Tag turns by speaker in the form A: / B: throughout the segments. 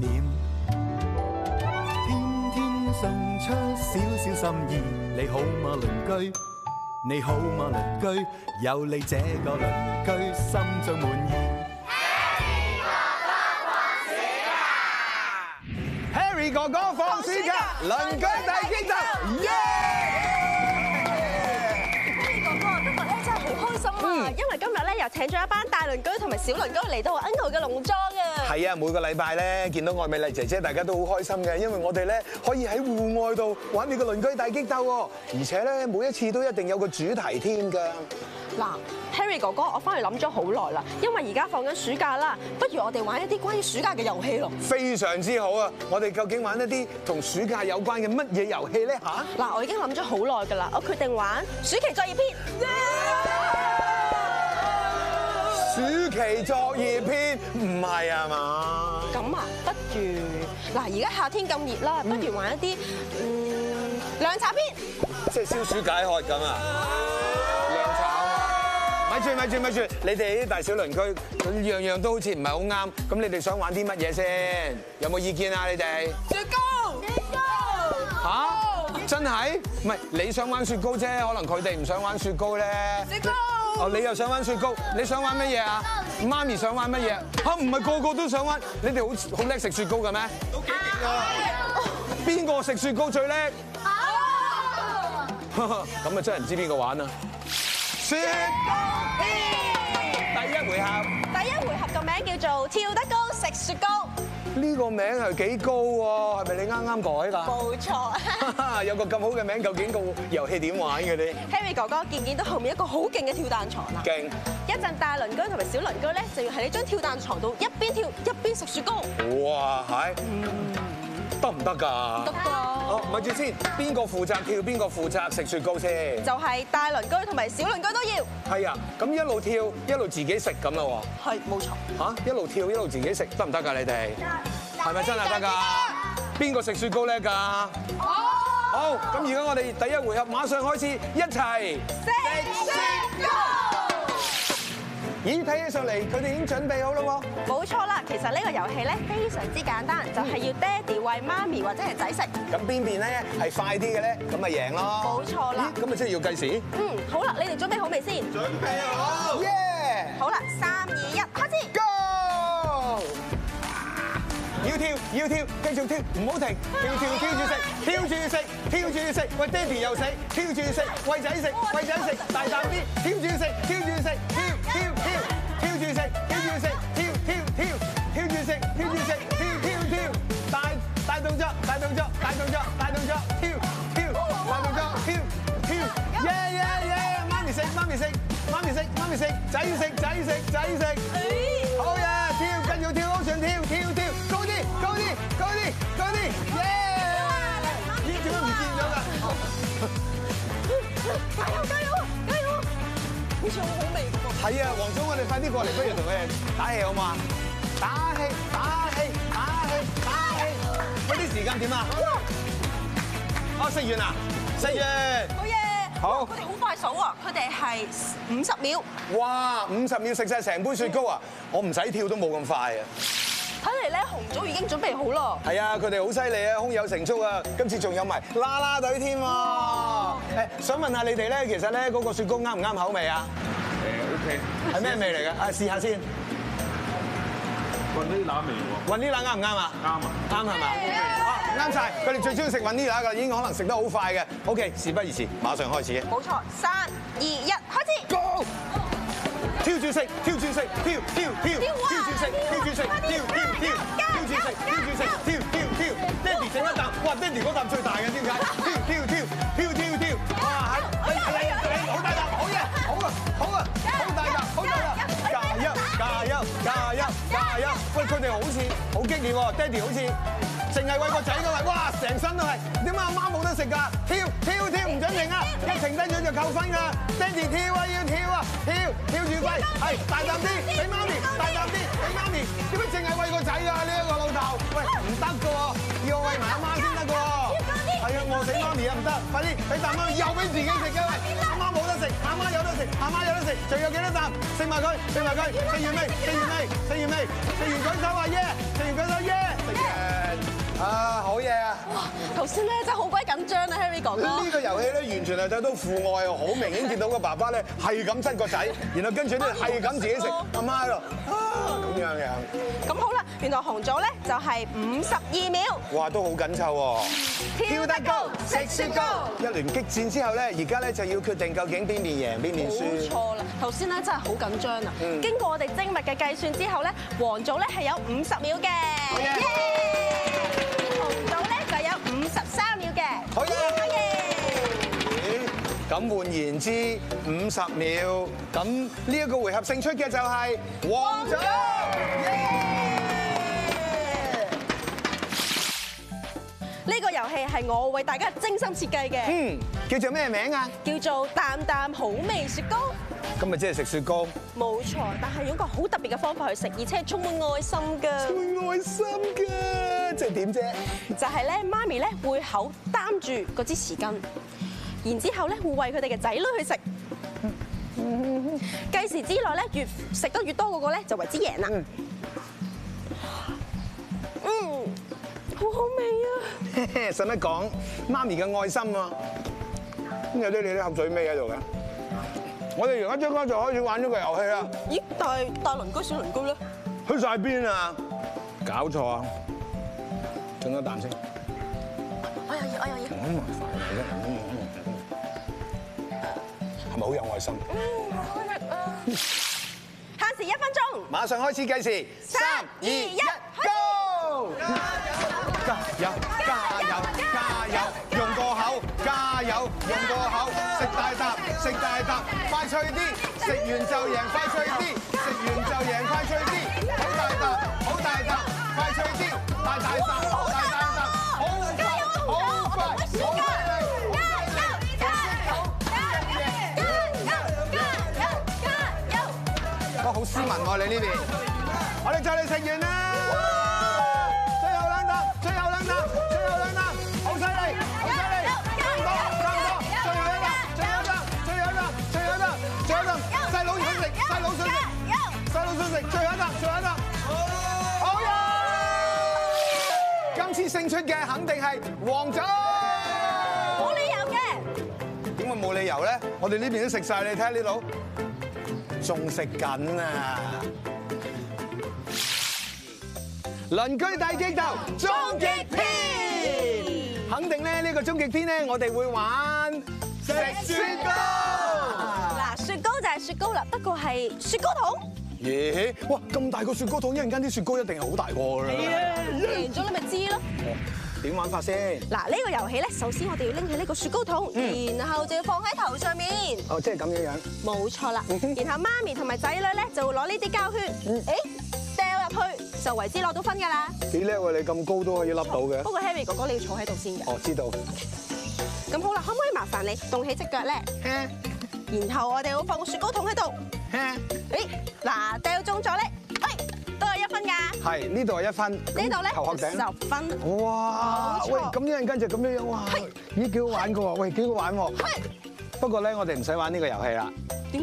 A: 臉。送出少少心意，你好嗎鄰居？你好嗎鄰居？有你這個鄰居，心中滿意。
B: Harry 哥哥放暑假，鄰居大激鬥，耶！
C: 哥哥，今日咧真係好開心啊！
B: 嗯
C: 因為今日咧又請咗一班大鄰居同埋小鄰居嚟到我 Uncle 嘅農莊啊！
B: 係啊，每個禮拜咧見到愛美麗姐姐，大家都好開心嘅，因為我哋咧可以喺戶外度玩呢個鄰居大激鬥喎，而且咧每一次都一定有個主題添㗎。
C: 嗱，Harry 哥哥，我翻去諗咗好耐啦，因為而家放緊暑假啦，不如我哋玩一啲關於暑假嘅遊戲咯。
B: 非常之好啊！我哋究竟玩一啲同暑假有關嘅乜嘢遊戲咧吓？
C: 嗱，我已經諗咗好耐㗎啦，我決定玩暑期作業篇。
B: 暑期作業篇唔係啊嘛？
C: 咁啊，不如嗱，而家夏天咁熱啦，不如玩一啲嗯涼茶篇。
B: 即係消暑解渴咁啊！涼茶啊嘛！咪住咪住咪住！你哋啲大小鄰居樣樣都好似唔係好啱，咁你哋想玩啲乜嘢先？有冇意見啊？你哋
C: 雪糕，雪糕，
B: 吓？真係？唔係你想玩雪糕啫，可能佢哋唔想玩雪糕咧。
C: 雪糕。
B: 哦，你又想玩雪糕？你想玩乜嘢啊？媽咪想玩乜嘢？嚇，唔係個個都想玩。你哋好好叻食雪糕嘅咩？都幾勁啊！邊個食雪糕最 叻？咁啊，真係唔知邊個玩啊！雪第一回合，
C: 第一回合個名叫做跳得高食雪糕，
B: 呢個名係幾高喎？係咪你啱啱改㗎？
C: 冇 錯。
B: 有個咁好嘅名，究竟個遊戲點玩嘅你？
C: Harry 哥哥見唔見到後面一個好勁嘅跳彈床啦？
B: 勁！
C: 一陣大鄰居同埋小鄰居咧，就要喺呢張跳彈床度一邊跳一邊食雪糕，
B: 哇，係得唔嗯得㗎？
C: 得㗎。
B: 哦，咪住先，邊個負責跳，邊個負責食雪糕先？
C: 就係大鄰居同埋小鄰居都要，
B: 係啊，咁一路跳一路自己食咁啦喎，
C: 係冇錯。
B: 嚇一路跳一路自己食得唔得㗎？你哋係咪真啊係得㗎？邊個食雪糕叻㗎？
C: 哦
B: 好，咁而家我哋第一回合馬上開始，一齊。
C: 食雪糕。
B: 咦，睇起上嚟佢哋已經準備好啦
C: 冇錯啦，其實呢個遊戲咧非常之簡單，就係要爹哋餵媽咪或者係仔食。
B: 喎。咁邊邊咧係快啲嘅咧，咁咪贏咯。
C: 冇錯啦
B: 咦咁咪即係要計時。
C: 嗯，好啦，你哋準備好未先？
B: 耶
C: 好啦，三二一，開始。
B: ！Go！要跳要跳，繼續跳，唔好停，跳跳跳住食，跳住食，跳住食，喂爹哋又食，跳住食，喂仔食，喂仔食，大啖啲，跳住食，跳住食，跳跳跳，跳住食，跳住食，跳跳跳，跳住食，跳住食，跳跳跳，大大動作，大動作，大動作，大動作，跳跳，大動作，跳跳，耶耶耶！媽咪食，媽咪食，媽咪食，媽咪食，仔食，仔食，仔食。好嘢！跳，跟住跳，好想跳，跳跳，高啲，高啲，高啲，高啲，耶！咦，點解唔見咗㗎？
C: 加油加油加油！好似好好味喎。
B: 係啊，黃總，我哋快啲過嚟，不如同佢哋打氣好嘛？打氣，打氣，打氣，打氣！嗰啲時間點啊？哦，食完啦，食完。
C: 好嘢！
B: 好
C: 佢哋好快數啊！佢哋係五十秒，
B: 哇，五十秒食晒成杯雪糕啊！我唔使跳都冇咁快啊！
C: 睇嚟咧紅組已經準備好咯。
B: 係啊，佢哋好犀利啊，胸有成竹啊！今次仲有埋啦啦隊添喎。誒，想問下你哋咧，其實咧嗰個雪糕啱唔啱口味啊？誒，OK。係咩味嚟嘅？啊，試下先。
D: 混啲腩味喎，
B: 雲呢拿啱唔啱啊？
D: 啱啊！
B: 啱係嘛？啊，啱晒！佢哋最中意食雲呢拿㗎，已經可能食得好快嘅。OK，事不宜遲，馬上開始。
C: 冇錯，三二一，開始！
B: Go！跳住食，跳住食，跳跳跳，跳住食，跳住食，跳跳跳，跳住食，跳住食，跳跳跳。爹哋整一啖，哇！爹哋嗰啖最大嘅，點解？跳跳跳，跳跳跳，哇！係，係係係，好大啖，好嘢，好啊，好啊，好大啖，好大啖，加油，加油，加油，加油！喂，佢哋好似好激烈喎，爹哋好似淨係喂個仔嘅喂，哇，成身都係。點解阿媽冇得食㗎？跳跳跳唔準停啊！一停低咗就扣分㗎。爹哋跳啊，要跳啊，跳跳住飛，係大啖啲，俾媽咪，大啖啲，俾媽咪。點解淨係喂個仔㗎？呢一個老豆，喂唔得㗎喎，要我喂埋阿媽先得㗎喎。係啊，餓死媽咪啊，唔得，快啲俾啖媽咪，又俾自己食㗎喂，阿媽冇得食，阿媽有得食，阿媽有得食，仲有幾多啖？食埋佢，食埋佢，食完未？食完未？食完未？食完舉手啊耶！食完舉手耶！食完啊，好嘢啊！
C: 頭先咧真係好鬼緊張啊，Harry 哥哥
B: 呢。個遊戲咧，完全係睇到父愛，好明顯見到個爸爸咧係咁親個仔，然後跟住咧係咁自己食，阿媽喺度啊咁樣樣，
C: 咁好啦，原來紅組咧就係五十二秒，
B: 哇都好緊湊喎。
C: 跳得高，食雪糕。
B: 一輪激戰之後咧，而家咧就要決定究竟邊邊贏邊邊
C: 冇
B: 輸。
C: 錯啦，頭先咧真係好緊張啊！
B: 嗯
C: 經過我哋精密嘅計算之後咧，黃組咧係有五十秒嘅，耶！紅組咧就有五十三秒嘅，
B: 好嘢
C: 好
B: 咁換言之，五十秒。咁呢一個回合勝出嘅就係黃組。
C: 呢個遊戲係我為大家精心設計嘅，
B: 嗯，叫做咩名啊？
C: 叫做淡淡好味雪糕。
B: 今日即係食雪糕。
C: 冇錯，但係用一個好特別嘅方法去食，而且係充滿愛心㗎。
B: 會愛心㗎，即係點啫？
C: 就係咧，媽咪咧會口擔住嗰支匙羹，然之後咧會餵佢哋嘅仔女去食。計時之內咧，越食得越多嗰個咧就為之贏啦。嗯，嗯好好味啊
B: 使乜講？媽咪嘅愛心啊！咁有啲你啲口水尾喺度嘅。我哋而家即刻就開始玩呢個遊戲啦。
C: 啊！咦，但係大鄰居小鄰居咧，
B: 去晒邊啊？搞錯啊！整多啖先。
C: 我又要，我又要，
B: 咁麻煩嚟啫。嗯嗯嗯係咪好有愛心？
C: 嗯，好力啊！限時一分鐘，
B: 馬上開始計時，
C: 三二一
B: ，Go！加油！加油！加油！用個口，加油！用個口，食大啖，食大啖，快脆啲，食完就贏，快脆啲，食完就贏，快脆啲，好大啖，好大啖，快脆啲，大大啖，
C: 好
B: 大大啖，好快，好快，好快你！哇，好斯文喎你呢邊，我哋再嚟食完啦，最後兩啖，最後兩啖，最後兩啖，好犀利，好犀利，差唔多，差唔多，最後一啖，最後一啖，最後一啖，最後一啖，最後一啖，細佬想食，細佬想食，細佬想食，最後一啖，最後一啖，好嘢！今次勝出嘅肯定係黃總，
C: 冇理由嘅。
B: 點會冇理由咧？我哋呢邊都食晒，你睇下呢度，仲食緊啊！鄰居大激鬥終極篇，肯定咧呢個終極篇咧，我哋會玩食雪糕。
C: 嗱，雪糕就係雪糕啦，不過係雪糕筒。
B: 耶！哇，咁大個雪糕筒，一陣間啲雪糕一定係好大個㗎
C: 啊
B: 啦。
C: 贏咗你咪知咯。
B: 哦點玩法先？
C: 嗱，呢個遊戲咧，首先我哋要拎起呢個雪糕筒，然後就要放喺頭上面，
B: 哦，即係咁樣樣。
C: 冇錯啦。然後媽咪同埋仔女咧就會攞呢啲膠圈，誒掉入去就為之攞到分㗎啦。
B: 幾叻喎！你咁高都可以笠到嘅
C: 不。過 Harry 哥哥你要坐喺度先嘅。
B: 哦，知道。
C: 咁好啦，可唔可以麻煩你動起只腳咧？然後我哋會放個雪糕筒喺度。誒，嗱，掉中咗咧，喂，都有一分㗎。
B: 係呢度係一分，
C: 呢度咧
B: 頭殼頂。
C: 十分。
B: 哇！
C: 冇錯
B: 喂，咁一陣間就咁樣樣，哇！咦，幾好玩嘅喎，喂，幾好玩喎。
C: 喂
B: 不過咧，我哋唔使玩呢個遊戲啦，
C: 點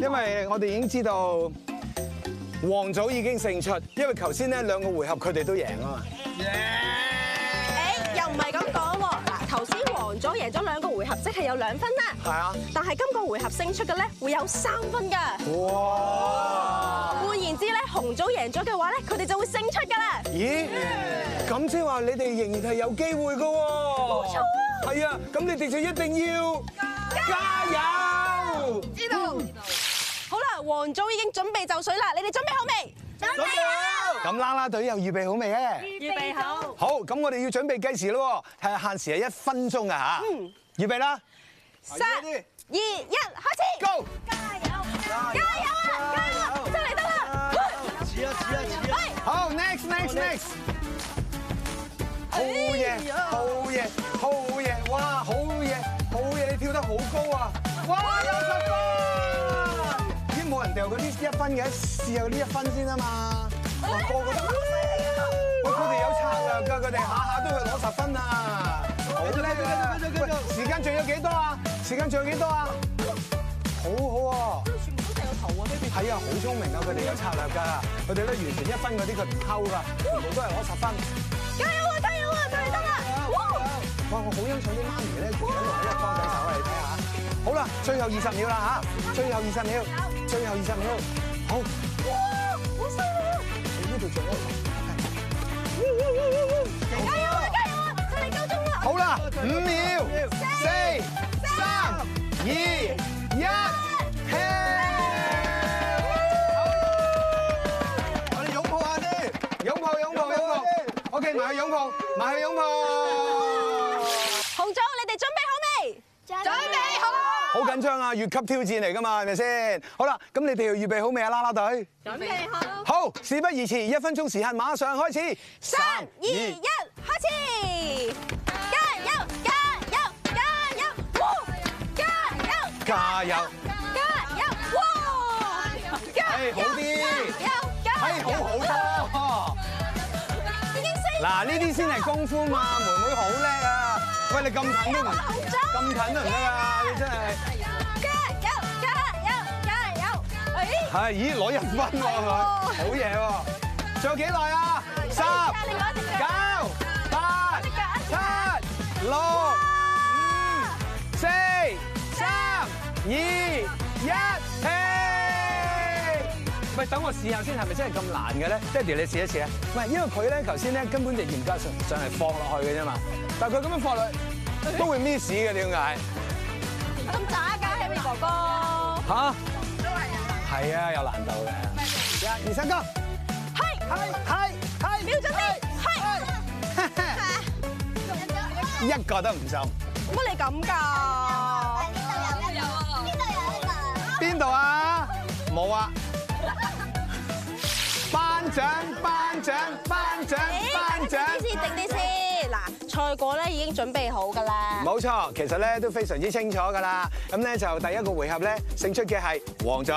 B: 因
C: 解
B: 為我哋已經知道黃組已經勝出，因為頭先咧兩個回合佢哋都贏啊嘛。
C: 誒，又唔係咁講喎。嗱，頭先黃組贏咗兩個回合，即係有兩分啦。
B: 係啊。
C: 但係今個回合勝出嘅咧，會有三分㗎。
B: 哇！
C: 換言之咧，紅組贏咗嘅話咧，佢哋就會勝出㗎啦。
B: 咦？咁即係話你哋仍然係有機會嘅喎。冇
C: 錯啊。
B: 係啊，咁你哋就一定要加油。
C: 知道。好啦，黃組已經準備就緒啦，你哋準備好未？準備好。
B: 咁啦啦隊又預備好未咧？
C: 預備好。
B: 好，咁我哋要準備計時咯喎，係限時係一分鐘啊嚇。預備啦
C: 三、二、一，開始。
B: ，Go！
C: 加油！加油啊！加油啊！真係得啦！喂
B: 好，next next next，好嘢！嘢，好嘢，好嘢，哇，好嘢，好嘢，你跳得好高啊！哇，有十分，已經冇人掉嗰啲一分嘅，試下呢一分先啊嘛，個個都，喂，佢哋有策略㗎，佢哋下下都會攞十分啊，好叻啊！喂，時間仲有幾多啊？時間仲有幾多啊？好好喎！
C: 全部都成個頭啊，baby！
B: 係啊，好聰明啊！佢哋有策略㗎，佢哋咧完全一分嗰啲佢唔偷㗎，全部都係攞十分。
C: 加油啊，加油啊，就嚟得啦！哇
B: 哇！我好欣賞啲媽咪咧，一路喺度幫緊手啊！你睇下。好啦，最後二十秒啦嚇，最後二十秒，最後二十秒，好，
C: 哇，好犀利啊！
B: 你呢度做一
C: 加油啊，加油啊！就嚟夠鐘啦！
B: 好啦，五秒，四、三、二、一，hit！我哋擁抱下先，擁抱擁抱擁抱，OK，埋去擁抱，埋去擁抱。
C: 紅組，你哋準備好未？準備好啦！
B: 好緊張啊！越級挑戰嚟㗎嘛，係咪先？好啦，咁你哋預備好未啊，啦啦隊？
C: 準備好。
B: 好，事不宜遲，一分鐘時間馬上開始。
C: 三
D: Ờ,
C: 二一，開始！加油！加油！加油！哇！加油！
B: 加油！
C: 加油！哇！加
B: 哎
C: 油！
B: 好啲
C: 加油！加
B: 哎，
C: 油！
B: 好好
C: 已
B: 多。
C: 經四
B: 嗱，呢啲先係功夫嘛，妹妹好叻啊！喂，你咁近 都唔
C: 加油啊
B: 咁近都唔得啊！你真係
C: 加油！加油！加油！哎，
B: 係咦攞一分喎，係咪？好嘢喎！仲有幾耐啊？三、
C: 另外一隻腳
B: 九、八、七、六。四、三、二、一，起！喂，等我試下先，係咪真係咁難嘅咧？爹哋，你試一試啊！唔係，因為佢咧頭先咧根本就嚴格上上係放落去嘅啫嘛，但係佢咁樣放落去都會 miss 嘅，點解？
C: 咁渣㗎，Harry 哥哥。
B: 吓？係啊，有難度嘅。一、二、三、go！
C: 係
B: 係係係，
C: 瞄準你，係。
B: 一個都唔中。
C: 乜你咁㗎？
B: 邊度啊？冇啊！班長，班長，班長，班長。
C: 定啲先，定啲先。嗱，賽果咧已經準備好㗎啦。
B: 冇錯，其實咧都非常之清楚噶啦。咁咧就第一個回合咧勝出嘅係黃組，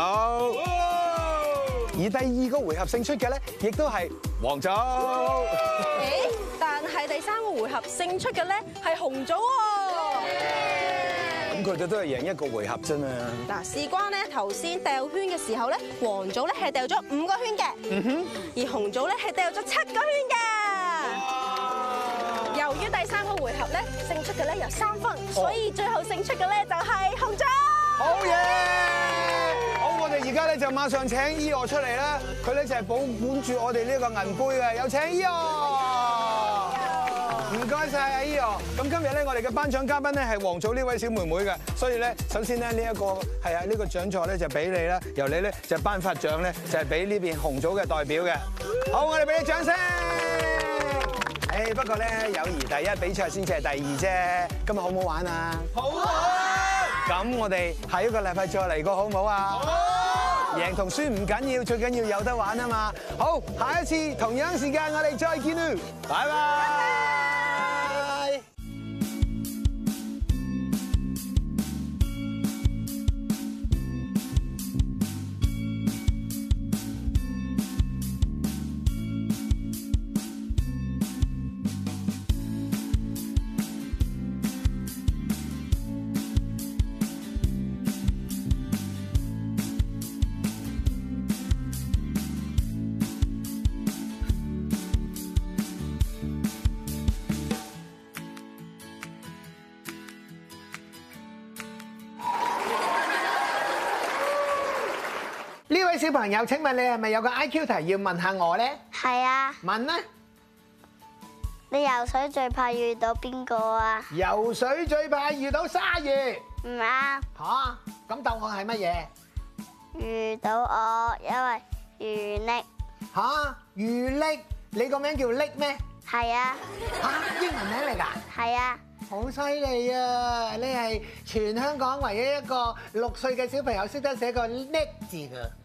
B: 而第二個回合勝出嘅咧亦都係黃組。
C: 誒，但係第三個回合勝出嘅咧係紅組喎。
B: 咁佢哋都係贏一個回合啫嘛。
C: 嗱，事關咧頭先掉圈嘅時候咧，黃組咧係掉咗五個圈嘅，而紅組咧係掉咗七個圈嘅。由於第三個回合咧勝出嘅咧有三分，所以最後勝出嘅咧就係紅組。
B: 好嘢！好，我哋而家咧就馬上請 Eo 出嚟啦。佢咧就係保管住我哋呢個銀杯嘅，有請 Eo。唔該晒啊 Eo。咁今日咧，我哋嘅頒獎嘉賓咧係黃組呢位小妹妹嘅，所以咧，首先咧呢一個係啊呢個獎座咧就俾你啦，由你咧就頒發獎咧就係俾呢邊紅組嘅代表嘅。好，我哋俾你掌聲。誒，不過咧友誼第一，比賽先至係第二啫。今日好唔好玩啊？好啊！咁我哋下一個禮拜再嚟過好唔好啊？好！贏同輸唔緊要，最緊要有得玩啊嘛！好，下一次同樣時間我哋再見啦，拜拜。呢位小朋友，請問你係咪有個 IQ 題要問下我咧？
D: 係啊，
B: 問啦，
D: 你游水最怕遇到邊個啊？
B: 游水最怕遇到鯊魚
D: 唔啱，
B: 吓，咁答案係乜嘢
D: 遇到我，因為遇溺。
B: 吓，魚溺，你個名叫溺咩？
D: 係啊，
B: 吓，英文名嚟㗎？
D: 係啊，
B: 好犀利啊！你係全香港唯一一個六歲嘅小朋友識得寫個叻字㗎。